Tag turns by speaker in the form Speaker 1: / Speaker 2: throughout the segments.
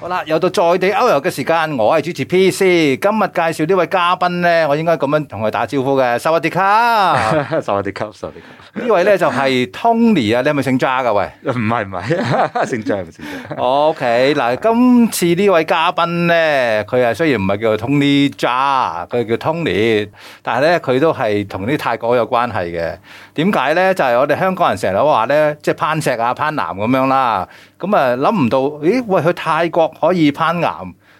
Speaker 1: 好啦，又到在地歐遊嘅時間，我係主持 P C。今日介紹呢位嘉賓咧，我應該咁樣同佢打招呼嘅。薩瓦迪卡，呢
Speaker 2: 就我哋級，就我哋級，
Speaker 1: 位咧就係 Tony 啊，你係咪姓揸噶喂
Speaker 2: 唔係唔係， 姓張唔姓張，
Speaker 1: ？OK，嗱，今次呢位嘉賓咧，佢係雖然唔係叫做 Tony 揸，啊佢叫 Tony，但係咧佢都係同啲泰國有關係嘅。點解咧？就係、我哋香港人成日都話咧，即係攀石啊、攀岩咁樣啦。咁啊諗唔到，咦喂，去泰國可以攀岩，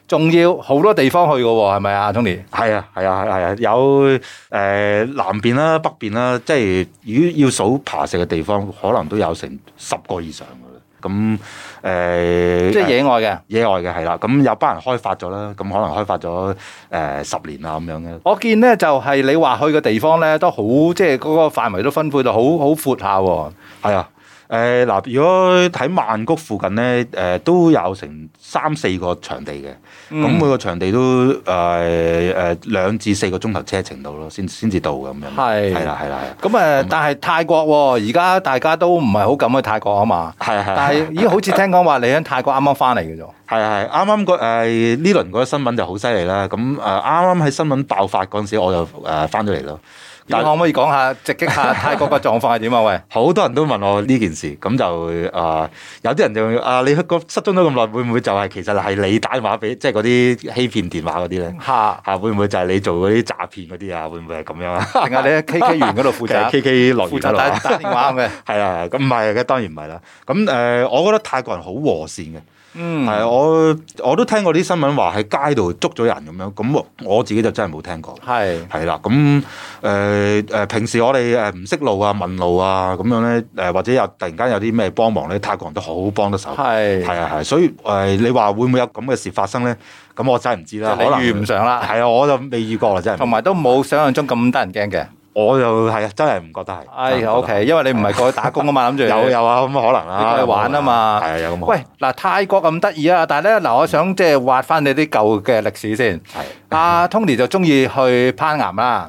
Speaker 1: 仲要好多地方去嘅喎，係咪啊，Tony？
Speaker 2: 係啊係啊係啊，有誒、呃南邊啦、北邊啦，即係如果要數爬石嘅地方，可能都有成十個以上嘅啦。咁誒，呃
Speaker 1: 即係野外嘅。
Speaker 2: 野外嘅係啦，咁有班人開發咗啦，咁可能開發咗誒、呃十年啊咁樣嘅。
Speaker 1: 我見咧就係、你話去嘅地方咧都好，即係嗰個範圍都分配到好好闊下喎。
Speaker 2: 係啊，誒嗱、如果喺曼谷附近咧，誒、都有成三四個場地嘅，咁、
Speaker 1: 嗯
Speaker 2: 每個場地都誒誒兩至四個鐘頭車程度咯，先先至到咁樣。
Speaker 1: 係
Speaker 2: 係啦係啦係啦
Speaker 1: 咁誒，但係泰國喎，而家大家都唔係好敢去泰國啊嘛。
Speaker 2: 係啊係啊
Speaker 1: 但係咦，好似聽講話你喺泰國啱啱翻嚟嘅 啫。
Speaker 2: 係啊係啊，啱啱個誒呢輪嗰個新聞就好犀利啦，咁誒啱啱喺新聞爆發嗰陣時，我就誒翻咗嚟咯。
Speaker 1: 咁
Speaker 2: 但
Speaker 1: 可唔可以講下直擊下泰國嘅狀況係點啊？喂，
Speaker 2: 好多人都問我呢件事，咁就誒、呃有啲人就啊，你個失蹤咗咁耐，會唔會就係其實係你打電話俾，即係嗰啲欺騙電話嗰啲咧？
Speaker 1: 嚇，
Speaker 2: 嚇、啊會唔會就係你做嗰啲詐騙嗰啲啊？會唔會係咁樣啊？
Speaker 1: 定係你喺 KK 園嗰度 負 責
Speaker 2: K K 樂園
Speaker 1: 負
Speaker 2: 嗰
Speaker 1: 責
Speaker 2: 度
Speaker 1: 打
Speaker 2: 啊
Speaker 1: 打電話咁嘅？
Speaker 2: 係啦，咁唔係嘅，當然唔係啦。咁誒、呃我覺得泰國人好和善嘅，係、
Speaker 1: 嗯，
Speaker 2: 我我都聽過啲新聞話喺街度捉咗人咁樣，咁我我自己就真係冇聽過。
Speaker 1: 係。
Speaker 2: 係啦，咁誒誒，平時我哋誒唔識路啊、問路啊咁樣咧，誒、或者有突然間有啲咩幫忙咧，泰國人都好幫得手。
Speaker 1: 係
Speaker 2: 係啊係，所以誒、你話會唔會有咁嘅事發生咧？咁我真係唔知啦，
Speaker 1: 即係你
Speaker 2: 可能
Speaker 1: 遇 唔上啦
Speaker 2: 係啊，我就未遇過啦，真係唔知。
Speaker 1: 同埋都冇想象中咁得人驚嘅。
Speaker 2: 我就係啊，真係唔覺得係。真係唔覺
Speaker 1: 哎
Speaker 2: 得
Speaker 1: ，OK，因為你唔係過去打工啊 嘛，諗住
Speaker 2: 有有啊，咁可能啦。
Speaker 1: 你過去玩啊嘛
Speaker 2: 係啊，有咁可能。
Speaker 1: 喂，嗱，泰國咁得意啊，但係咧，嗱，我想即係挖翻你啲舊嘅歷史先。
Speaker 2: 係
Speaker 1: 阿啊 Tony 就中意去攀岩啦，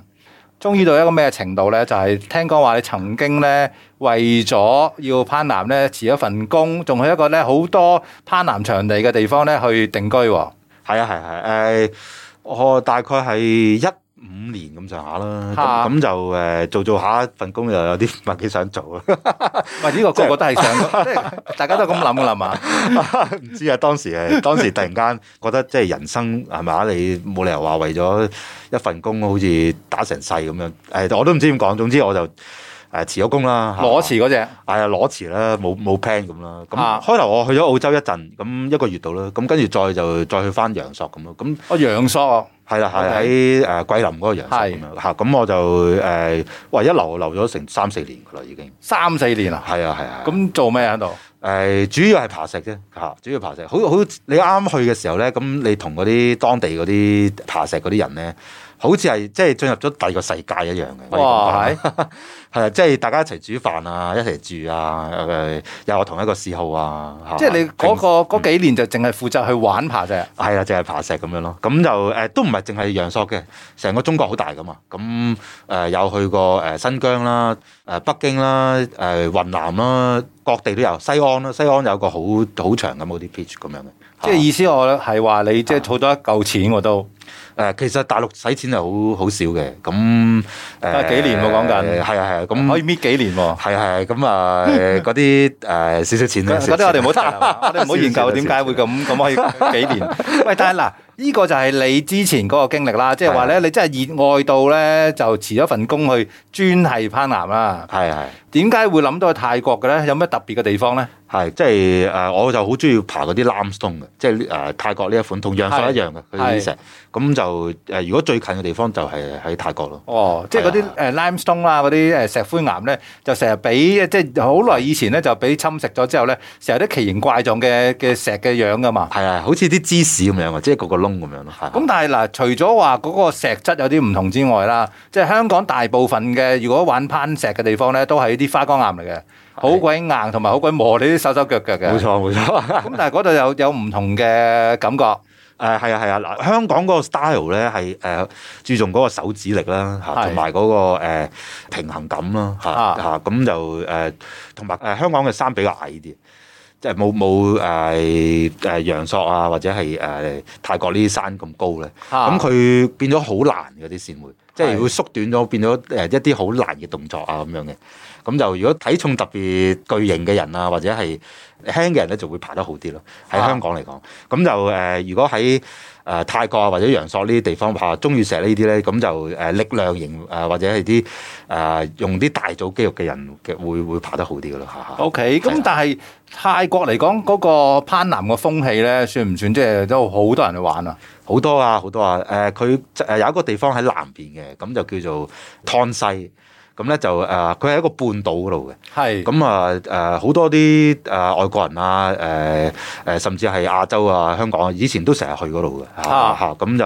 Speaker 1: 中意到一個咩程度咧？就係、聽講話你曾經咧為咗要攀岩咧辭咗份工，仲去一個咧好多攀岩場地嘅地方咧去定居喎。
Speaker 2: 係啊，係係誒，我大概係一五年咁上下啦。
Speaker 1: 嚇
Speaker 2: 咁咁就誒做做下份工，又有啲唔係幾想做啦。
Speaker 1: 喂，呢、個個個都係 上，即係大家都咁諗噶啦嘛。
Speaker 2: 唔知啊，當時誒，當時突然間覺得即係人生係咪啊？你冇理由話為咗一份工好似打成世咁樣。誒，我都唔知點講。總之我就誒辭咗工啦，嚇
Speaker 1: 裸辭嗰只，
Speaker 2: 係啊，攞詞啦，冇冇 plan 咁啦。咁
Speaker 1: 啊
Speaker 2: 開頭我去咗澳洲一陣，咁一個月度啦，咁跟住再就再去翻陽朔咁咯。咁
Speaker 1: 我陽朔。
Speaker 2: 係啦，係
Speaker 1: OK
Speaker 2: 喺誒桂林嗰個陽朔咁樣嚇。咁我就誒，哇！一留留咗成三四年噶啦，已經。
Speaker 1: 三四年啊，
Speaker 2: 係啊，係啊。咁
Speaker 1: 咁做咩喺度？
Speaker 2: 誒，主要係爬石啫嚇，主要爬石。好好，你啱啱去嘅時候咧，咁你同嗰啲當地嗰啲爬石嗰啲人咧，好似係即係進入咗第二個世界一樣嘅。可以咁講
Speaker 1: 哇，係
Speaker 2: 係啊，即係大家一齊煮飯啊，一齊住啊，誒、又有同一個嗜好啊，嚇
Speaker 1: 即係你嗰、個嗰幾年就淨係負責去玩爬啫。
Speaker 2: 係啊，淨係爬石咁樣咯。咁就誒、都唔係淨係陽朔嘅，成個中國好大噶嘛。咁誒、有去過誒、新疆啦、誒、北京啦、誒、雲南啦，各地都有。西安啦，西安有個好好長咁嗰啲 pitch 咁樣嘅。
Speaker 1: 即係意思我係話你即係儲咗一嚿錢我都
Speaker 2: 誒、其實大陸使錢係好好少嘅。咁誒、
Speaker 1: 啊幾年喎講緊哦
Speaker 2: 係啊係啊，
Speaker 1: 可以
Speaker 2: 咁
Speaker 1: 搣幾年喎。
Speaker 2: 係啊係啊，咁啊誒嗰啲誒少少錢咧，
Speaker 1: 嗰
Speaker 2: 少
Speaker 1: 嗰
Speaker 2: 少
Speaker 1: 啲我哋唔好提 啦，
Speaker 2: 錢
Speaker 1: 我哋唔好研究點解會咁咁可以幾年。喂，但係嗱，呢個就係你之前嗰個經歷啦，即係話咧，你真係熱愛到咧就辭咗份工去專係攀岩啦。
Speaker 2: 係係
Speaker 1: 點解會諗到去泰國嘅咧？有咩特別嘅地方咧？
Speaker 2: 係，即係誒、呃我就好中意爬嗰啲 limestone 嘅，即係誒、呃泰國呢一款同樣
Speaker 1: 係
Speaker 2: 法一樣嘅佢
Speaker 1: 係
Speaker 2: 啲石。咁就誒、呃如果最近嘅地方就係喺泰國咯。
Speaker 1: 哦，即係嗰啲誒 limestone 啦，嗰啲誒石灰岩咧，就成日俾即係好耐以前咧就俾侵蝕咗之後咧，成日啲奇形怪狀嘅嘅石嘅樣噶嘛。
Speaker 2: 係啊，好似啲芝士咁樣啊，即係個個窿咁樣咯。係
Speaker 1: 咁但係嗱，除咗話嗰個石質有啲唔同之外啦，即係香港大部分嘅如果玩攀石嘅地方咧，都係啲花崗岩嚟嘅，好鬼硬同埋好鬼磨你啲手手腳腳嘅。
Speaker 2: 冇錯。冇錯。
Speaker 1: 咁但係嗰度有有唔同嘅感覺，
Speaker 2: 誒係啊係啊，嗱香港嗰個 style 咧係誒注重嗰個手指力啦
Speaker 1: 係
Speaker 2: 嚇，同埋嗰個誒平衡感啦嚇
Speaker 1: 啊
Speaker 2: 嚇，咁就誒同埋誒香港嘅山比較矮啲。即係冇冇誒誒陽朔啊，或者係誒、泰國呢啲山咁高咧。咁
Speaker 1: 咁
Speaker 2: 佢變咗好難嘅啲線會，即係
Speaker 1: 係
Speaker 2: 會縮短咗，變咗誒一啲好難嘅動作啊咁樣嘅。咁就如果體重特別巨型嘅人啊，或者係輕嘅人咧，就會爬得好啲咯。喺
Speaker 1: 啊
Speaker 2: 香港嚟講，咁就誒、如果喺誒、泰國啊或者陽朔呢啲地方爬中乳石呢啲咧，咁就誒、力量型誒、或者係啲誒用啲大組肌肉嘅人嘅會會爬得好啲噶咯嚇嚇。
Speaker 1: O K，
Speaker 2: 係
Speaker 1: 咁
Speaker 2: 啦
Speaker 1: 但係泰國嚟講嗰個攀岩嘅風氣咧，算唔算即係都好多人去玩啊？
Speaker 2: 好多啊，好多啊！誒、佢誒有一個地方喺南邊嘅，咁就叫做湯西。咁咧就誒，呃佢、係一個半島嗰度嘅。
Speaker 1: 係
Speaker 2: 咁啊誒，好、多啲誒、呃外國人啊，誒、誒、甚至係亞洲啊、香港啊，以前都成日去嗰度嘅。嚇
Speaker 1: 啊
Speaker 2: 嚇咁就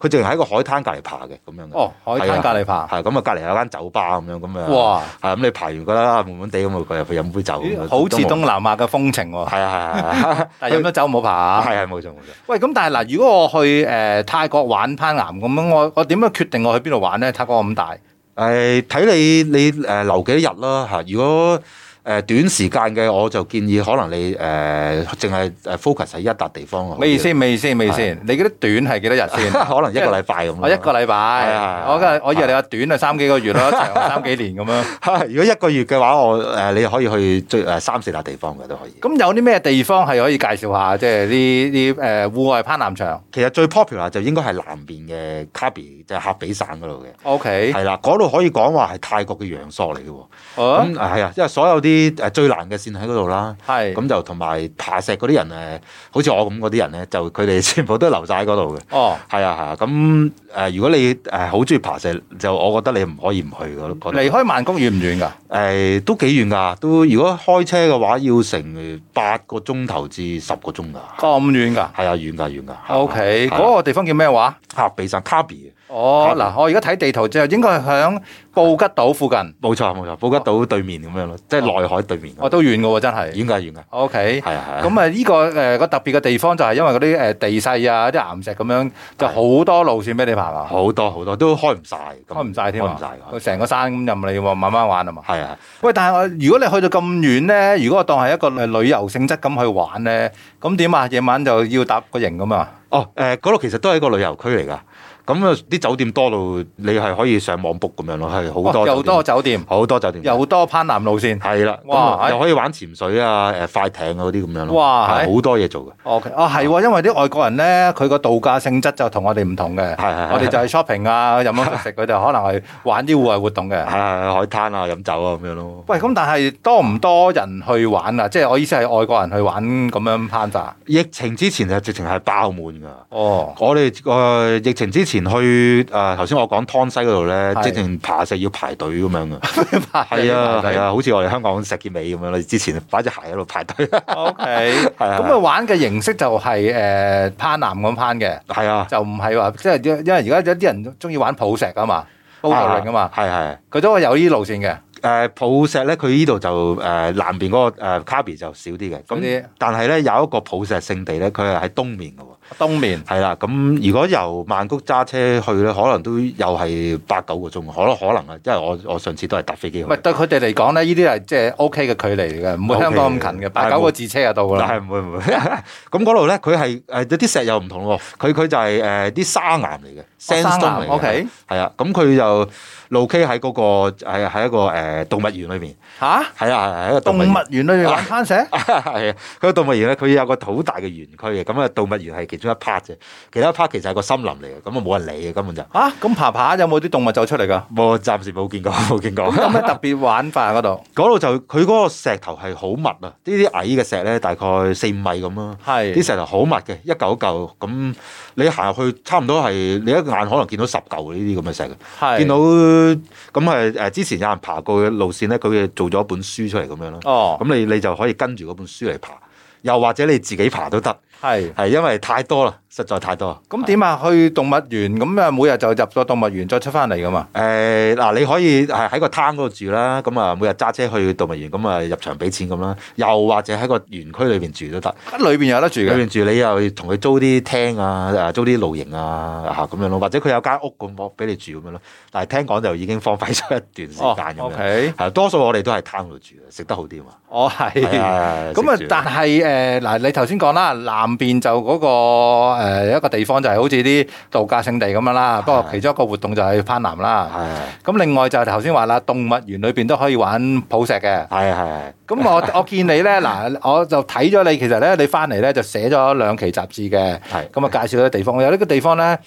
Speaker 2: 佢淨係喺個海灘隔離爬嘅咁樣嘅。
Speaker 1: 哦，海灘隔離爬，
Speaker 2: 係咁啊，隔離有間酒吧咁樣咁啊。！
Speaker 1: 哇，
Speaker 2: 係咁，你爬完覺得啊悶悶地咁啊，佢入去飲杯酒咁
Speaker 1: 咦
Speaker 2: 樣。
Speaker 1: 好似
Speaker 2: 都冇
Speaker 1: 東南亞嘅風情喎。
Speaker 2: 係啊係啊係啊，
Speaker 1: 但係飲咗酒唔好爬啊。
Speaker 2: 係係冇錯冇錯。
Speaker 1: 喂，咁但係嗱，如果我去誒、呃泰國玩攀岩咁樣，我我點樣決定我去邊度玩咧？泰國咁大，
Speaker 2: 誒睇你你誒、留幾多日啦嚇。如果誒、短時間嘅，我就建議可能你誒淨係誒 focus 喺一笪地方啊。
Speaker 1: 咩意思？咩意思？咩意思？你嗰啲短係幾多日先？
Speaker 2: 可能一個禮拜咁。
Speaker 1: 我哦 一個禮
Speaker 2: 係
Speaker 1: 拜
Speaker 2: 啊，
Speaker 1: 我嘅我以為你話短啊三幾個月 咯，長啊三幾年咁樣。
Speaker 2: 如果一個月嘅話，我誒、你可以去最誒三四笪地方嘅都可以。
Speaker 1: 咁有啲咩地方係可以介紹下？即係啲啲誒户外攀岩場。
Speaker 2: 其實最 popular 就應該係南邊嘅卡比，就係客比省嗰度嘅。
Speaker 1: O K，
Speaker 2: 係啦，嗰度可以講話係泰國嘅陽朔嚟嘅喎。
Speaker 1: 哦，
Speaker 2: 咁係啊，因為所有啲誒最難嘅線喺嗰度啦。
Speaker 1: 係，
Speaker 2: 咁就同埋爬石嗰啲人誒，好似我咁嗰啲人咧，就佢哋全部都留晒喺嗰度嘅。
Speaker 1: 哦，
Speaker 2: 係啊係啊，咁誒、如果你誒好中意爬石，就我覺得你唔可以唔去嗰嗰度。
Speaker 1: 離開曼谷遠唔遠㗎？
Speaker 2: 誒都幾遠㗎，都如果開車嘅話，要成八個鐘頭至十個鐘㗎。
Speaker 1: 咁遠㗎
Speaker 2: 係啊，遠㗎遠㗎。
Speaker 1: ？O K，
Speaker 2: 係啊
Speaker 1: 嗰個地方叫咩話？
Speaker 2: 嚇比山卡比，啊
Speaker 1: 哦，
Speaker 2: 卡比
Speaker 1: 嗱，我而家睇地圖之後，應該係響布吉島附近，
Speaker 2: 冇錯冇錯，布吉島對面咁樣咯，即係
Speaker 1: 哦
Speaker 2: 內海對面咁。
Speaker 1: 我都遠㗎喎，真係。
Speaker 2: 遠㗎遠㗎，
Speaker 1: O K，
Speaker 2: 係啊係 啊。
Speaker 1: 咁啊，呢個誒個特別嘅地方就係因為嗰啲誒地勢啊、啲岩石咁樣，就好多路線俾你爬啊。
Speaker 2: 好多好多都開唔晒，咁
Speaker 1: 開唔晒添
Speaker 2: 開
Speaker 1: 啊
Speaker 2: 唔！晒
Speaker 1: 佢成個山咁任你喎，慢慢玩啊嘛。
Speaker 2: 係啊，
Speaker 1: 喂，但係我如果你去到咁遠咧，如果我當係一個誒旅遊性質咁去玩咧，咁點啊？夜晚就要搭個營咁啊？
Speaker 2: 哦，誒嗰度其實都係一個旅遊區嚟㗎，咁啊啲酒店多到你係可以上網 book 咁樣咯，係好
Speaker 1: 哇
Speaker 2: 多
Speaker 1: 哦又
Speaker 2: 酒店
Speaker 1: 多酒店，
Speaker 2: 好多酒店，
Speaker 1: 又多攀岩路線。
Speaker 2: 係啦，咁
Speaker 1: 哇
Speaker 2: 啊又可以玩潛水啊、誒快艇啊嗰啲咁樣咯，
Speaker 1: 哇
Speaker 2: 係好多嘢做嘅，
Speaker 1: O K，哦係喎，因為啲外國人咧，佢個度假性質就同我哋唔同嘅。
Speaker 2: 係係係
Speaker 1: 我哋就係 shopping 啊，飲飲食食，佢哋可能係玩啲戶外活動嘅
Speaker 2: 係。係海灘啊、飲酒啊咁樣咯。
Speaker 1: 喂，咁但係多唔多人去玩啊？即係我意思係外國人去玩咁樣攀法。
Speaker 2: 疫情之前就直情係爆滿㗎。
Speaker 1: 哦，
Speaker 2: 我哋誒、呃疫情之前去誒頭先我講湯西嗰度咧，
Speaker 1: 係
Speaker 2: 直情爬石要排隊咁樣㗎。
Speaker 1: 係
Speaker 2: 係啊係啊，好似我哋香港石硤尾咁樣啦，之前擺隻鞋喺度排 隊。
Speaker 1: O K，
Speaker 2: 係啊
Speaker 1: 咁佢玩嘅形式就係誒攀岩咁攀嘅，
Speaker 2: 係啊，
Speaker 1: 就唔係話即係因因為而家有啲人中意玩抱石啊嘛 b o u l d 啊嘛，
Speaker 2: 係係。
Speaker 1: 佢都有呢路線嘅。
Speaker 2: 誒抱石咧，佢呢度就誒、南邊嗰、個誒卡比就少啲嘅，
Speaker 1: 少啲
Speaker 2: 咁但係咧有一個抱石聖地咧，佢係喺東面嘅喎，
Speaker 1: 東面
Speaker 2: 係啦。咁如果由曼谷揸車去咧，可能都又係八九個鐘，可能可能啊，因為我我上次都係搭飛機去
Speaker 1: 唔係，對佢哋嚟講咧，呢啲係即係 O K 嘅距離嚟嘅，唔會香港咁近
Speaker 2: OK
Speaker 1: 嘅，
Speaker 2: 嘅
Speaker 1: 八九個字車就到㗎
Speaker 2: 但
Speaker 1: 啦。
Speaker 2: 係唔會唔會。 咁嗰度咧，佢係誒有啲石又唔同喎，佢佢就係誒啲砂岩嚟
Speaker 1: 哦
Speaker 2: 嘅，sandstone 嚟嘅。
Speaker 1: O K
Speaker 2: 係啊，咁佢就 locate 喺嗰個係喺一個誒、動物園裏面，
Speaker 1: 吓？
Speaker 2: 係啊係啊喺一個
Speaker 1: 動
Speaker 2: 動
Speaker 1: 物
Speaker 2: 物園。
Speaker 1: 園裏面玩攀石？
Speaker 2: 係 啊，佢個動物園咧，佢有個好大嘅園區嘅，咁啊動物園係其中一 part 啫，其他 part 其實係個森林嚟嘅，咁啊冇人理嘅根本就，
Speaker 1: 啊，咁爬爬有冇啲動物走出嚟㗎？
Speaker 2: 我暫時冇見過，冇見過。
Speaker 1: 有咩特別玩法啊嗰度？
Speaker 2: 嗰度就佢嗰個石頭係好密啊，呢啲矮嘅石咧大概四五米咁啦，啲
Speaker 1: 係
Speaker 2: 石頭好密嘅，一嚿一嚿咁，你行入去差唔多係你一眼可能見到十嚿呢啲咁嘅石嘅，
Speaker 1: 係
Speaker 2: 見到咁係誒之前有人爬過嘅路線咧，佢做咗一本書出嚟咁樣啦，
Speaker 1: 哦，
Speaker 2: 咁你你就可以跟住嗰本書嚟爬，又或者你自己爬都得。
Speaker 1: 係。
Speaker 2: 係因為太多啦，實在太多啦。
Speaker 1: 咁點啊？去動物園咁啊，每日就入咗動物園再出翻嚟噶嘛？
Speaker 2: 誒嗱，你可以係喺個灘嗰度住啦，咁啊每日揸車去動物園，咁啊入場俾錢咁啦，又或者喺個園區裏邊住都得，
Speaker 1: 啊裏邊有得住
Speaker 2: 裏
Speaker 1: 嘅，
Speaker 2: 邊住你又同佢租啲廳啊，誒租啲露營啊嚇咁樣咯，或者佢有間屋咁俾你住咁樣咯，但係聽講就已經荒廢咗一
Speaker 1: 哦
Speaker 2: 段時間咁樣，
Speaker 1: ，OK，
Speaker 2: 係多數我哋都係灘度住嘅，食得好啲嘛，
Speaker 1: 哦係。
Speaker 2: 啊
Speaker 1: 咁啊
Speaker 2: 食，住
Speaker 1: 但係誒嗱，你頭先講啦，南邊就嗰、個、呃、一個地方就係好似啲度假勝地咁樣啦。不過其中一個活動就係攀南啦。
Speaker 2: 係
Speaker 1: 咁另外就係頭先話啦，動物園裏邊都可以玩抱石嘅。
Speaker 2: 係係係。
Speaker 1: 咁 我我見你咧嗱，我就睇咗你，其實咧你翻嚟咧就寫咗兩期雜誌嘅。
Speaker 2: 係
Speaker 1: 咁啊介紹咗個地方，有呢個地方咧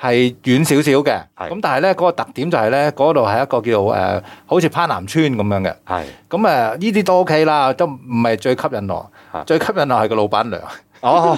Speaker 1: 係遠少少嘅。
Speaker 2: 係
Speaker 1: 咁但係咧嗰個特點就係咧嗰度係一個叫做誒、呃好似攀南村咁樣嘅。
Speaker 2: 係
Speaker 1: 咁誒呢啲都 OK 啦，都唔係最吸引我
Speaker 2: 啊，
Speaker 1: 最吸引我係個老闆 娘，唔
Speaker 2: 哦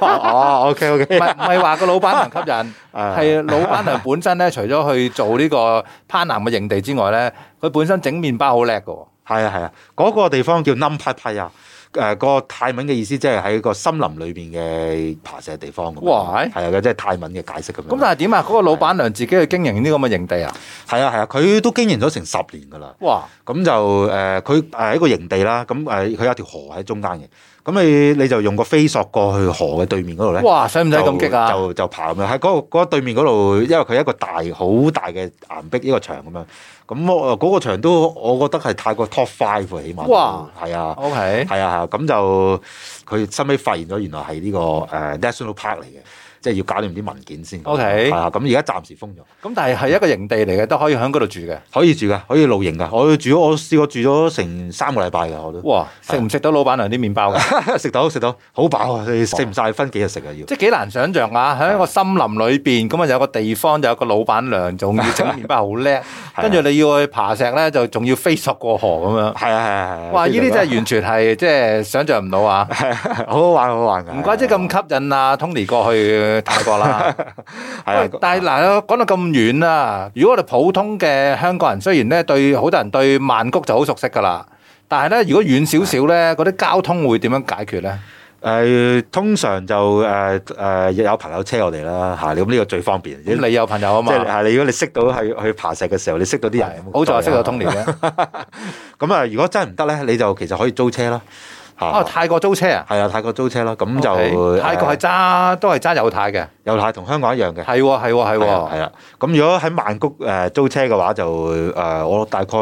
Speaker 2: 哦，OK OK，
Speaker 1: 係唔係話個老闆 娘吸引，係老闆娘本身咧，除咗去做呢個攀南嘅營地之外咧，佢本身整麵包好叻嘅喎，
Speaker 2: 係啊係啊，嗰、個地方叫 Nam Pai Pai 啊。誒、個泰文嘅意思即係喺個森林裏邊嘅爬石地方咁樣，
Speaker 1: 哇哎
Speaker 2: 係啊，即係泰文嘅解釋咁樣。
Speaker 1: 咁但係點啊？嗰個老闆娘自己去經營呢個咁嘅營地啊，
Speaker 2: 係啊係啊，佢都經營咗成十年㗎啦。
Speaker 1: 哇！
Speaker 2: 咁就誒，佢誒一個營地啦，咁誒佢有條河喺中間嘅，咁你你就用個飛索過去河嘅對面嗰度咧。
Speaker 1: 哇，使唔使咁激啊？
Speaker 2: 就就就爬咁樣喺嗰個嗰對面嗰度，因為佢一個大好大嘅岩壁一個牆咁樣。咁我嗰個牆都我覺得係太過 top five 喎起碼都。
Speaker 1: 哇
Speaker 2: 係啊！
Speaker 1: O K，
Speaker 2: 係啊，係啊，咁就佢收尾發現咗，原來係呢個誒 National Park 嚟嘅，即係要搞掂啲文件先。
Speaker 1: OK
Speaker 2: 係啊，咁而家暫時封咗，
Speaker 1: 咁但係係一個營地嚟嘅，都可以喺嗰度住嘅。
Speaker 2: 可以住噶，可以露營噶。我住咗，我試過住咗成三個禮拜噶，我都
Speaker 1: 哇！食唔食到老闆娘啲麵包㗎？
Speaker 2: 食到食到好飽啊！你食唔晒分幾日食啊 要？
Speaker 1: 即係幾難想像啊！喺一個森林裏邊，咁啊有個地方就有個老闆娘，仲要整麵包好 叻，
Speaker 2: 啊
Speaker 1: 跟住你要去爬石咧，就仲要飛索過河咁樣。
Speaker 2: 係啊係啊係啊！
Speaker 1: 哇！呢啲真
Speaker 2: 係
Speaker 1: 係完全係即 係想像唔到啊！
Speaker 2: 好 好玩好好玩㗎。
Speaker 1: 唔怪之咁吸引啊，Tony 過去泰 國啦。
Speaker 2: 係啊
Speaker 1: 喂，但係嗱，講到咁遠啦，如果我哋普通嘅香港人，雖然咧對好多人對曼谷就好熟悉㗎啦，但係咧如果遠少少咧，嗰啲交通會點樣解決咧？
Speaker 2: 誒、呃通常就誒誒、有朋友車我哋啦嚇，咁呢個最方便。
Speaker 1: 咁你有朋友啊
Speaker 2: 即
Speaker 1: 嘛，
Speaker 2: 係係你如果你識到係去爬石嘅時候，你識到啲人咁，
Speaker 1: 好在我識到
Speaker 2: 通。
Speaker 1: Tony 啫。
Speaker 2: 咁啊，如果真係唔得咧，你就其實可以租車啦，嚇，
Speaker 1: 哦，泰國租車啊！
Speaker 2: 係啊，泰國租車啦，咁就
Speaker 1: OK，泰國係
Speaker 2: 誒
Speaker 1: 揸都係揸右太嘅，
Speaker 2: 猶太同香港一樣嘅，
Speaker 1: 係喎係喎係
Speaker 2: 啊
Speaker 1: 喎，
Speaker 2: 係啊。咁如果喺曼谷誒租車嘅話，就誒我大概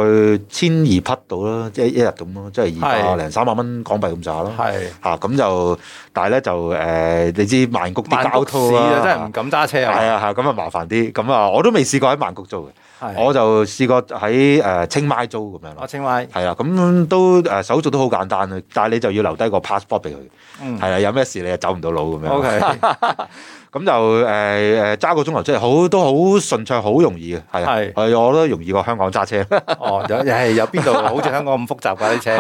Speaker 2: 千二匹到啦，即係一日咁咯，即係二百
Speaker 1: 係
Speaker 2: 零三百蚊港幣咁上下啦。
Speaker 1: 係
Speaker 2: 嚇咁就，但係咧就誒，你知曼谷啲
Speaker 1: 曼
Speaker 2: 交
Speaker 1: 谷市
Speaker 2: 通
Speaker 1: 啊，
Speaker 2: 啊，
Speaker 1: 真係唔敢揸車
Speaker 2: 係
Speaker 1: 啊！
Speaker 2: 啊係咁啊麻煩啲。咁啊，我都未試過喺曼谷租嘅，
Speaker 1: 係
Speaker 2: 我就試過喺誒清邁租咁樣咯
Speaker 1: 我。清邁，
Speaker 2: 係啦，啊咁都誒手續都好簡單啊，但係你就要留低個 passport 俾佢，
Speaker 1: 嗯
Speaker 2: 係啦，啊有咩事你就走唔到佬咁樣。
Speaker 1: ，OK，
Speaker 2: 咁就誒誒揸個鐘頭車，好都好順暢，好容易嘅，係啊
Speaker 1: 係
Speaker 2: 係我都容易過香港 揸車。
Speaker 1: 哦，有係有邊度好似香港咁複雜㗎啲 車？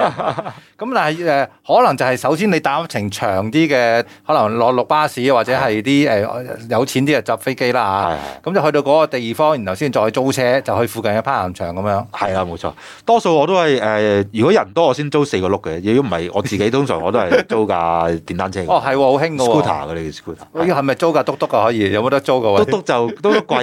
Speaker 1: 咁但係誒，可能就係首先你搭一程長啲嘅，可能落落巴士啊或者係啲誒有錢啲嘅搭飛機啦
Speaker 2: 係係
Speaker 1: 嚇，咁就去到嗰個地方，然後先再租車，就去附近嘅攀岩場咁樣。
Speaker 2: 係啊啦，冇錯。多數我都係誒、如果人多我先租四個轆嘅，如果唔係我自己通常我都係租架電單車嘅。
Speaker 1: 哦，係喎，好興㗎喎。
Speaker 2: scooter 嘅你叫 scooter。
Speaker 1: 嗰啲係咪租架嘟嘟啊？可以有冇得租㗎
Speaker 2: 嘟
Speaker 1: 喂？
Speaker 2: 嘟就都都貴㗎，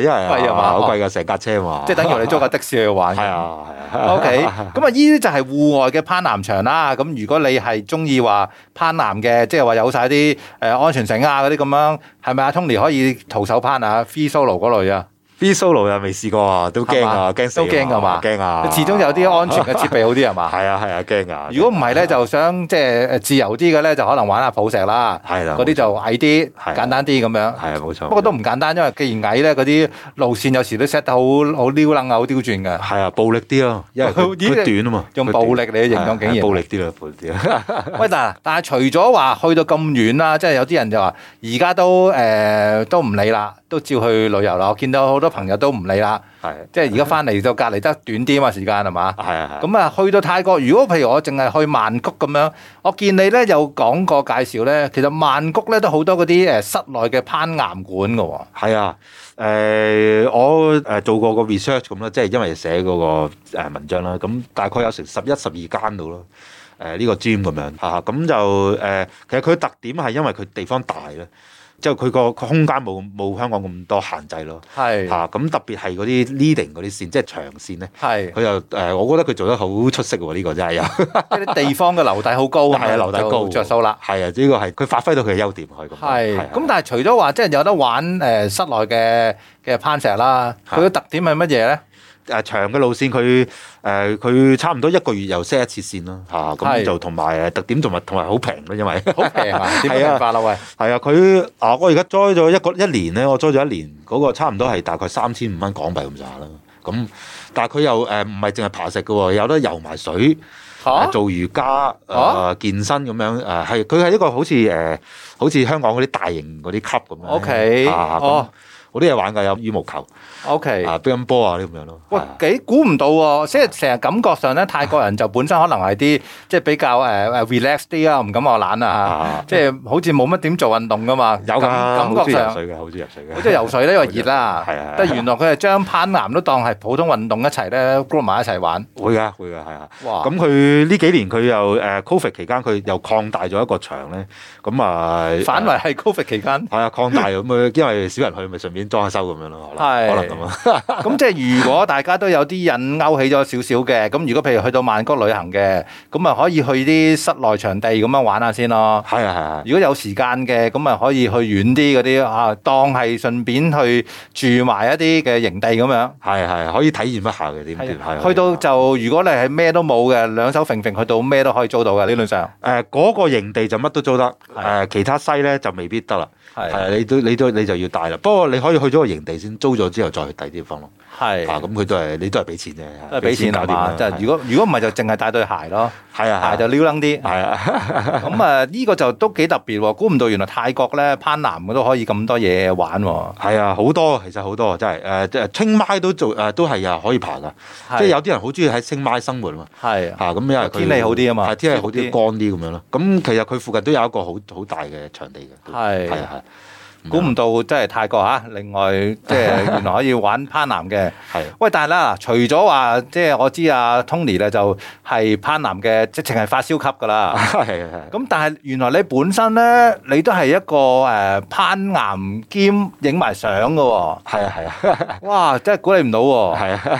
Speaker 2: 因為
Speaker 1: 貴啊嘛
Speaker 2: 好貴㗎，成架車嘛。
Speaker 1: 即係等於我哋租架的士去玩嘅
Speaker 2: 係。啊係啊。
Speaker 1: O K，咁啊，依啲就係户外嘅攀岩場啦。咁如果你係中意話攀岩嘅，即係話有晒啲誒安全繩啊嗰啲咁樣，係咪啊？Tony 可以徒手攀啊，free solo 嗰類啊，
Speaker 2: B solo 又未試過啊，都驚啊，
Speaker 1: 係嘛
Speaker 2: 驚死啊
Speaker 1: 都驚㗎嘛
Speaker 2: 驚啊！
Speaker 1: 你始終有啲安全嘅設備好啲係嘛？
Speaker 2: 係啊係啊，驚啊！
Speaker 1: 如果唔係咧，就想即係呃誒自由啲嘅咧，就可能玩下抱石啦，
Speaker 2: 係啦，
Speaker 1: 嗰啲就矮啲，
Speaker 2: 係啊
Speaker 1: 簡單啲咁樣。
Speaker 2: 係啊，冇錯。
Speaker 1: 不過都唔簡單，因為既然矮咧，嗰啲路線有時都 set 得好好撩楞啊，好刁鑽㗎。
Speaker 2: 係啊，暴力啲咯，因為佢
Speaker 1: 咦
Speaker 2: 佢短啊嘛，
Speaker 1: 用
Speaker 2: 佢
Speaker 1: 暴力
Speaker 2: 短
Speaker 1: 嚟形容
Speaker 2: 係
Speaker 1: 竟然
Speaker 2: 係暴力啲啊啦，暴力啲啦，
Speaker 1: 喂，嗱，但係除咗話去到咁遠啦，即係有啲人就話而家都誒、呃都唔理啦，都照去旅遊啦。我見到好多朋友都唔理啦，
Speaker 2: 係
Speaker 1: 即係而家翻嚟就隔離得短啲啊嘛時間係嘛？
Speaker 2: 係啊，咁
Speaker 1: 咁啊，去到泰國，如果譬如我淨係去曼谷咁樣，我見你咧有講過介紹咧，其實曼谷咧都好多嗰啲誒室內嘅攀岩館嘅喎。
Speaker 2: 係啊，誒我誒做過個 research 咁啦，即係因為寫嗰個誒文章啦，咁大概有成十一十二間到啦。誒呢個 gym 咁樣嚇，咁就誒其實佢特點係因為佢地方大咧，之後佢個空間冇冇香港咁多限制咯
Speaker 1: 係
Speaker 2: 嚇，咁特別係嗰啲 leading 嗰啲線，即係長線咧，
Speaker 1: 係
Speaker 2: 佢又誒，我覺得佢做得好出色喎，呢個真係有。
Speaker 1: 即係啲地方嘅樓底好高，
Speaker 2: 係啊樓底高
Speaker 1: 就着數啦。
Speaker 2: 係啊，呢個係佢發揮到佢嘅優點，可以咁講。
Speaker 1: 係
Speaker 2: 係啊
Speaker 1: 咁，但係除咗話即係有得玩誒室內嘅嘅攀石啦，佢嘅特點係乜嘢咧？
Speaker 2: 誒呃長嘅路線，佢誒佢差唔多一個月又 set 一次線啦嚇，
Speaker 1: 係
Speaker 2: 啊咁就同埋誒呃特點同埋同埋 好平咯，因為
Speaker 1: 好平 啊！點
Speaker 2: 係啊
Speaker 1: 樣法啦？喂，
Speaker 2: 係啊，佢啊我而家栽咗一個一年咧，我栽咗一年嗰、個差唔多係大概三千五蚊港幣咁上下啦。咁但係佢又誒唔係淨係爬石嘅喎，有得游埋水、
Speaker 1: 嚇
Speaker 2: 誒做瑜伽、誒、呃
Speaker 1: 啊
Speaker 2: 健身咁樣誒係佢係一個好似誒、好似香港嗰啲大型嗰啲 club 咁樣
Speaker 1: OK，
Speaker 2: 啊咁
Speaker 1: 哦
Speaker 2: 好啲嘢玩㗎，有羽毛球
Speaker 1: ，OK。
Speaker 2: 啊乒乓波啊呢咁樣咯。
Speaker 1: 喂
Speaker 2: 係啊，
Speaker 1: 幾估唔到喎！即係成日感覺上咧，泰國人就本身可能係啲即係比較誒誒 relax 啲啊，唔敢話懶啊
Speaker 2: 啊
Speaker 1: 即係好似冇乜點做運動噶嘛。
Speaker 2: 有㗎，
Speaker 1: 感
Speaker 2: 好
Speaker 1: 感覺
Speaker 2: 中意游
Speaker 1: 上，
Speaker 2: 水嘅，好中意游水嘅。
Speaker 1: 好似游水咧，因為熱啦。
Speaker 2: 係啊係啊
Speaker 1: 但係原來佢係將攀岩都當係普通運動一齊咧 group 埋一齊玩。
Speaker 2: 會㗎，會㗎，係啊。
Speaker 1: 哇！
Speaker 2: 咁佢呢幾年佢又誒 Covid 期間，佢又擴大咗一個場咧。咁啊，
Speaker 1: 反為係 Covid 期間，
Speaker 2: 係啊，擴大 咁啊，因為少人去，咪順便裝下修咁樣咯。可
Speaker 1: 係
Speaker 2: 能可能咁啊。
Speaker 1: 咁即係如果大家都有啲引勾起咗少少嘅，咁如果譬如去到曼谷旅行嘅，咁咪可以去啲室內場地咁樣玩下先咯。
Speaker 2: 係啊，係啊。
Speaker 1: 如果有時間嘅，咁咪可以去遠啲嗰啲啊，當係順便去住埋一啲嘅營地咁樣。
Speaker 2: 係啊係可以體驗一下嘅點點係啊
Speaker 1: 係去到就如果你係咩都冇嘅，兩手揈揈去到咩都可以租到嘅，理論上
Speaker 2: 誒嗰個營地就乜都租得，
Speaker 1: 係
Speaker 2: 誒其他西咧就未必得啦。係
Speaker 1: 係
Speaker 2: 啊，你都你都你就要帶啦。不過你可以去咗個營地先，租咗之後再去第啲地方咯。啊，
Speaker 1: 係
Speaker 2: 咁佢都係你都係俾錢啫，
Speaker 1: 都係俾錢
Speaker 2: 搞
Speaker 1: 啊
Speaker 2: 掂啦
Speaker 1: 嘛。即係如果如果唔係就淨係帶對鞋咯，
Speaker 2: 係啊，
Speaker 1: 鞋就撩楞啲。
Speaker 2: 係啊。
Speaker 1: 咁啊，呢個就都幾特別喎！估唔到原來泰國咧攀岩都可以咁多嘢玩喎。
Speaker 2: 係啊，好多其實好多真係誒誒，清邁都做誒、都係啊，可以爬噶，即係有啲人好中意喺清邁生活啊嘛
Speaker 1: 係啊
Speaker 2: 嚇，咁因為佢
Speaker 1: 天氣好啲啊嘛
Speaker 2: 係天氣好
Speaker 1: 舒
Speaker 2: 啲
Speaker 1: 服啲
Speaker 2: 乾啲咁樣咯。咁其實佢附近都有一個好好大嘅場地嘅，
Speaker 1: 係
Speaker 2: 係啊係，
Speaker 1: 估唔到真係泰國嚇，另外即係原來可以玩攀岩嘅。
Speaker 2: 係
Speaker 1: 喂，但係啦，除咗話即係我知啊 Tony 咧就係攀岩嘅，直情係發燒級㗎啦。
Speaker 2: 係係係
Speaker 1: 咁但係原來你本身咧，你都係一個誒、呃攀岩兼影埋相嘅喎，
Speaker 2: 係啊係啊
Speaker 1: 哇！真係估你唔到喎，
Speaker 2: 係啊誒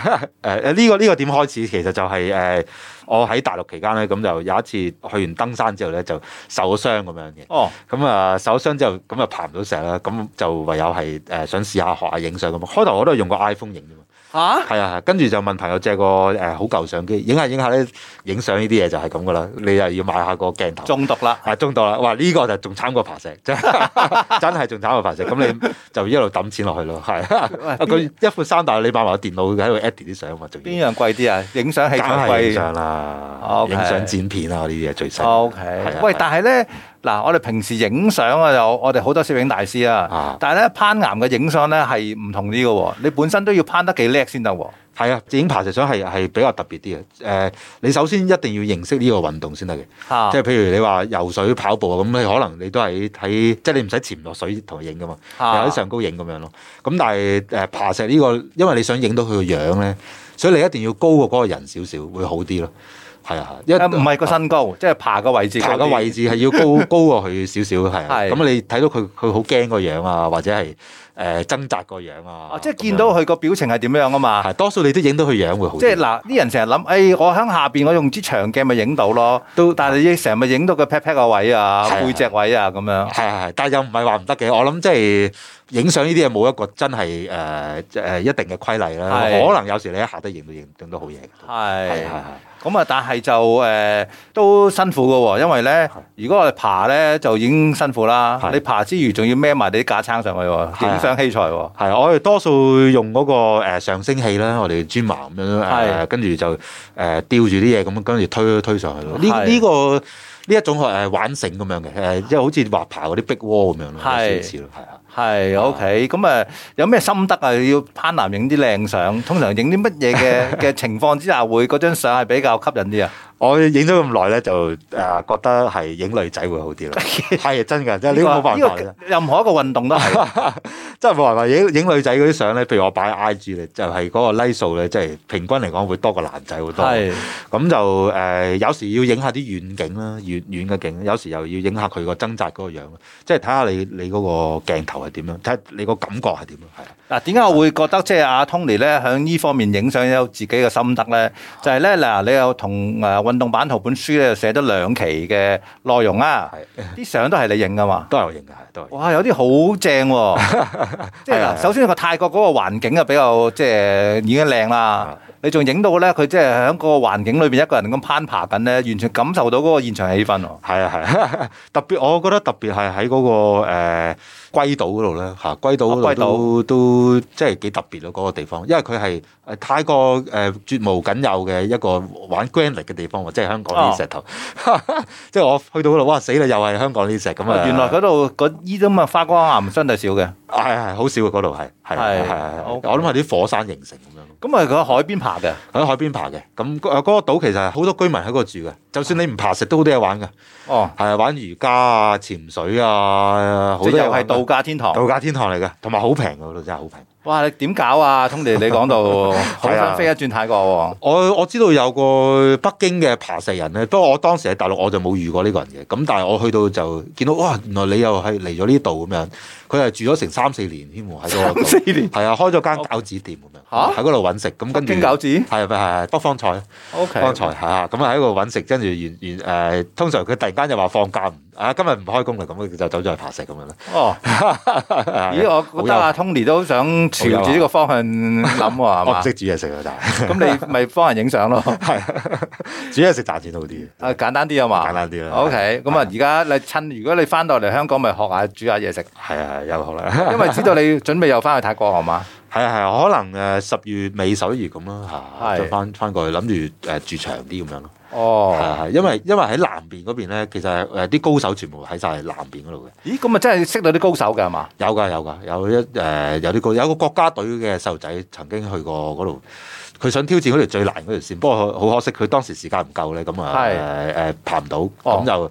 Speaker 2: 誒呢個呢個點開始其實就係、誒、我喺大陸期間咧，咁就有一次去完登山之後咧就受咗傷咁樣嘅。
Speaker 1: 哦，
Speaker 2: 咁啊受咗傷之後，咁啊爬唔到石啦，咁就唯有係誒、想試下學下影相咁。開頭我都係用個 iPhone 影啫嘛。
Speaker 1: 嚇、
Speaker 2: 係啊，係跟住就問朋友借個誒好舊相機，影下影下咧，影相呢啲嘢就係咁噶啦。你又要買下個鏡頭，
Speaker 1: 中毒啦，
Speaker 2: 啊中到啦！哇，呢、個就仲慘過爬石，真係真係仲慘過爬石。咁你就一路抌錢落去咯，係啊。
Speaker 1: 喂
Speaker 2: 佢一闊三大，你買埋個電腦喺度 edit 啲相嘛，仲要
Speaker 1: 邊樣貴啲啊？影相器
Speaker 2: 梗
Speaker 1: 材
Speaker 2: 係影
Speaker 1: 貴。
Speaker 2: 相啦，
Speaker 1: OK
Speaker 2: 影相剪片啊呢啲嘢最犀利。
Speaker 1: O K，
Speaker 2: 係啊
Speaker 1: 喂，
Speaker 2: 係啊
Speaker 1: 但係咧，嗱，我哋平時影相啊，有我哋好多攝影大師啊
Speaker 2: 啊，
Speaker 1: 但係咧攀岩嘅影相咧係唔同啲嘅喎，你本身都要攀得幾叻先得喎。
Speaker 2: 係啊，影爬石相係係比較特別啲嘅。誒、你首先一定要認識呢個運動先得嘅。
Speaker 1: 嚇
Speaker 2: 即係譬如你話游水、跑步啊，咁你可能你都係喺即係你唔使潛落水同佢影噶嘛，你
Speaker 1: 啊
Speaker 2: 喺上高影咁樣咯。咁但係誒爬石呢個，因為你想影到佢個樣咧，所以你一定要高過嗰個人少少，會好啲咯。係啊，因為
Speaker 1: 啊唔係個身高，即係爬個位置高
Speaker 2: 爬
Speaker 1: 啲，
Speaker 2: 個位置係要高 高過佢少少，係啊。
Speaker 1: 係
Speaker 2: 咁你睇到佢佢好驚個樣啊，或者係誒掙扎個樣啊
Speaker 1: 啊，。即係見到佢個表情係點樣啊嘛。
Speaker 2: 係多數你都影到佢樣會好啲。
Speaker 1: 即係嗱，啲人成日諗，誒、哎我喺下邊，我用支長鏡咪影到咯。都，但係你成日咪影到個 pat pat 個位啊
Speaker 2: 係、啊
Speaker 1: 背脊位啊咁樣。
Speaker 2: 係係係，但係又唔係話唔得嘅。我諗即係影相呢啲嘢冇一個真係誒誒一定嘅規例啦。
Speaker 1: 係
Speaker 2: 可能有時你一下都影到影影到好嘢嘅。係
Speaker 1: 係
Speaker 2: 係係
Speaker 1: 咁啊，但係就誒、都辛苦嘅喎，因為咧，如果我哋爬咧就已經辛苦啦。
Speaker 2: 係
Speaker 1: 你爬之餘仲要孭埋你啲架撐上去
Speaker 2: 係
Speaker 1: 喎，
Speaker 2: 啊
Speaker 1: 影相器材喎。
Speaker 2: 係，我哋多數用嗰個誒上升器啦，我哋專麻咁樣
Speaker 1: 係
Speaker 2: 誒，跟住就誒呃吊住啲嘢咁，跟住推推上去咯。呢
Speaker 1: 係
Speaker 2: 呢個呃呢一種係誒玩繩咁樣嘅誒，即係好似滑爬嗰啲壁窩咁樣咯，有少
Speaker 1: 係
Speaker 2: 少似咯，係啊。
Speaker 1: 係 OK，咁啊有咩心得啊？要攀岩影啲靚相，通常影啲乜嘢 嘅嘅情況之下會嗰張相係比較吸引啲啊？
Speaker 2: 我影咗咁耐咧，就誒呃覺得係影女仔會好啲 咯。係真㗎，即係呢個冇辦法
Speaker 1: 呢
Speaker 2: 嘅
Speaker 1: 個，任何一個運動都係
Speaker 2: 真係冇辦法。影影女仔嗰啲相咧，譬如我擺 I G 咧，就係嗰個 like 數咧，即係平均嚟講會多過男仔好多。
Speaker 1: 係
Speaker 2: 咁就誒、呃有時要影下啲遠景啦，遠遠嘅景，有時又要影下佢個掙扎嗰個樣咯，即係睇下你你嗰個鏡頭係點樣，睇下你個感覺係點樣，係啊
Speaker 1: 嗱，點解我會覺得即係阿 Tony 咧喺呢方面影相有自己嘅心得咧？就係咧嗱，你又同誒運動版圖本書咧寫咗兩期嘅內容啊，
Speaker 2: 係
Speaker 1: 啲相都係你影噶嘛？
Speaker 2: 都係我影嘅，係都係我影。
Speaker 1: 哇，有啲好正 喎！即係
Speaker 2: 係啊
Speaker 1: 嗱，首先個泰國嗰個環境啊，比較即係已經靚啦
Speaker 2: 啊。
Speaker 1: 你仲影到咧，佢即係喺嗰個環境裏邊一個人咁攀爬緊咧，完全感受到嗰個現場氣氛喎。
Speaker 2: 係啊係啊， 特別我覺得特別係喺嗰個誒、呃、龜島嗰度咧嚇，龜島
Speaker 1: 啊龜島
Speaker 2: 嗰度都都即係幾特別咯嗰個地方，因為佢係誒泰國誒、呃、絕無僅有嘅一個玩 granite 嘅地方喎，即係香港
Speaker 1: 哦
Speaker 2: 呢啲石頭， 即係我去到嗰度，哇死啦，又係香港呢啲石咁啊！
Speaker 1: 哦原來嗰度嗰依啲咁嘅花崗岩相對少嘅，
Speaker 2: 係係好少嘅嗰度係係
Speaker 1: 係
Speaker 2: 係係，我
Speaker 1: OK
Speaker 2: 諗係啲火山形成咁樣咯。
Speaker 1: 咁啊佢喺海邊爬嘅。
Speaker 2: 喺海邊爬嘅，咁嗰嗰個島其實係好多居民喺嗰度住嘅。就算你唔爬，食都好多嘢玩嘅，
Speaker 1: 哦，
Speaker 2: 係玩瑜伽啊、潛水啊，好
Speaker 1: 即
Speaker 2: 多
Speaker 1: 係
Speaker 2: 嘢
Speaker 1: 又係
Speaker 2: 玩嘅
Speaker 1: 度假天堂。
Speaker 2: 度假天堂嚟嘅，同埋好平嘅嗰度真係好平。
Speaker 1: 哇！你點搞啊，Tony？你講 到好想飛一轉泰國
Speaker 2: 我我知道有個北京嘅爬石人咧，不過我當時喺大陸我就冇遇過呢個人嘅。咁但係我去到就見到哇，原來你又係嚟咗呢度咁樣，佢係住咗成三四年添喎喺 嗰個
Speaker 1: 喎，
Speaker 2: 度。
Speaker 1: 四年
Speaker 2: 係啊，開咗間餃子店咁樣，
Speaker 1: 嚇
Speaker 2: 喺嗰度揾食，咁跟住
Speaker 1: 京餃子
Speaker 2: 係係係北方菜，
Speaker 1: O
Speaker 2: 北
Speaker 1: K，
Speaker 2: 方菜係啊，咁啊喺度揾食，跟住完完誒，通常佢突然間就話放假唔啊，今日唔開工啦，咁佢就走咗去爬石咁樣啦。
Speaker 1: 哦，啊咦，我覺得阿 Tony 都想朝住呢個方向諗 喎，係
Speaker 2: 我
Speaker 1: 嘛
Speaker 2: 唔？識煮嘢食啊，但係
Speaker 1: 咁你咪幫人影相 咯，
Speaker 2: 煮嘢食賺錢好 啲，
Speaker 1: 啊簡單啲啊嘛，
Speaker 2: 簡單啲啦
Speaker 1: O K，咁啊，而家你趁如果你翻到嚟香港，咪學下煮下嘢食，
Speaker 2: 係啊，係有可 能。
Speaker 1: 因為知道你準備又翻去泰國係嘛？
Speaker 2: 係啊係啊，可能誒十月尾十一月咁啦嚇，
Speaker 1: 係
Speaker 2: 就翻翻過去諗住呃誒住長啲咁樣咯。係
Speaker 1: 哦，
Speaker 2: 啊係，因為因為喺南邊嗰邊咧，其實誒啲高手全部喺晒南邊嗰度嘅，
Speaker 1: 咦，咁啊真係識到啲高手㗎係嘛？
Speaker 2: 有㗎有㗎，有一誒有啲高有個國家隊嘅細路仔曾經去過嗰度，佢想挑戰嗰條最難嗰條線，不過好可惜佢當時時間唔夠咧，咁啊誒誒爬唔到，
Speaker 1: 哦
Speaker 2: 咁就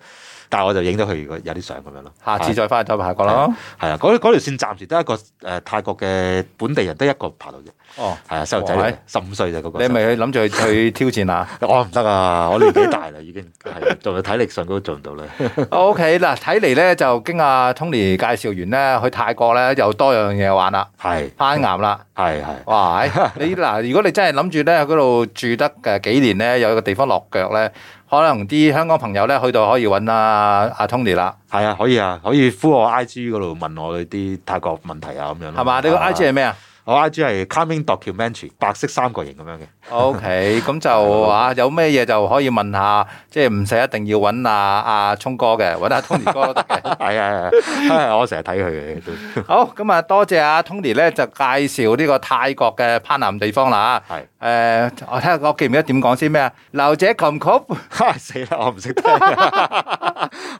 Speaker 2: 但係我就影咗佢有啲相咁樣咯。
Speaker 1: 下次再翻去再泰國咯。
Speaker 2: 係啊，嗰嗰條線暫時得一個誒泰國嘅本地人得一個爬到啫，
Speaker 1: 哦，
Speaker 2: 係啊細路仔嚟嘅，十五歲就嗰個。
Speaker 1: 你咪諗住去去挑戰啊？
Speaker 2: 我唔得啊！ 我年紀大啦，已經係做體力上都做唔到啦。
Speaker 1: O K 哦嗱，睇嚟咧就經阿 Tony 介紹完咧，去泰國咧又多樣嘢玩啦，
Speaker 2: 係
Speaker 1: 攀岩 啦，
Speaker 2: 係係
Speaker 1: 哇！唉你嗱，如果你真係諗住咧喺嗰度住得嘅幾年咧，有個地方落腳咧，可能啲香港朋友咧去到可以揾阿阿 Tony 啦，
Speaker 2: 係啊，可以啊，可以呼我 I G 嗰度問我啲泰國問題啊咁樣咯。
Speaker 1: 嗯係嘛？你個 I G 係咩 啊
Speaker 2: 我 I G 係 Coming Documentary 白色三角形咁樣嘅。
Speaker 1: ？O K，咁就啊，有咩嘢就可以問下，即係唔使一定要揾阿阿聰哥嘅，揾阿 Tony 哥都得 嘅。
Speaker 2: 係啊係啊，我成日睇佢嘅都。
Speaker 1: 好，咁啊，多謝阿 Tony 咧就介紹呢個泰國嘅攀岩地方啦。
Speaker 2: 係
Speaker 1: 誒、我睇下我記唔記得點講先咩啊？流者窮曲，
Speaker 2: 死啦！我唔識聽，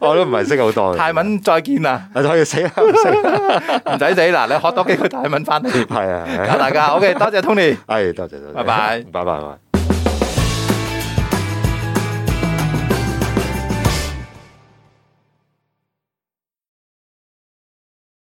Speaker 2: 我都唔係識好多嘅
Speaker 1: 泰。 文再見啦，
Speaker 2: 啊，可以死啦！唔識
Speaker 1: 唔使死啦，你學多幾句泰文翻嚟
Speaker 2: 係啊係
Speaker 1: 教
Speaker 2: 啊，
Speaker 1: 大家。OK，多謝 Tony。
Speaker 2: 係多謝多謝，
Speaker 1: 拜拜
Speaker 2: 拜拜拜。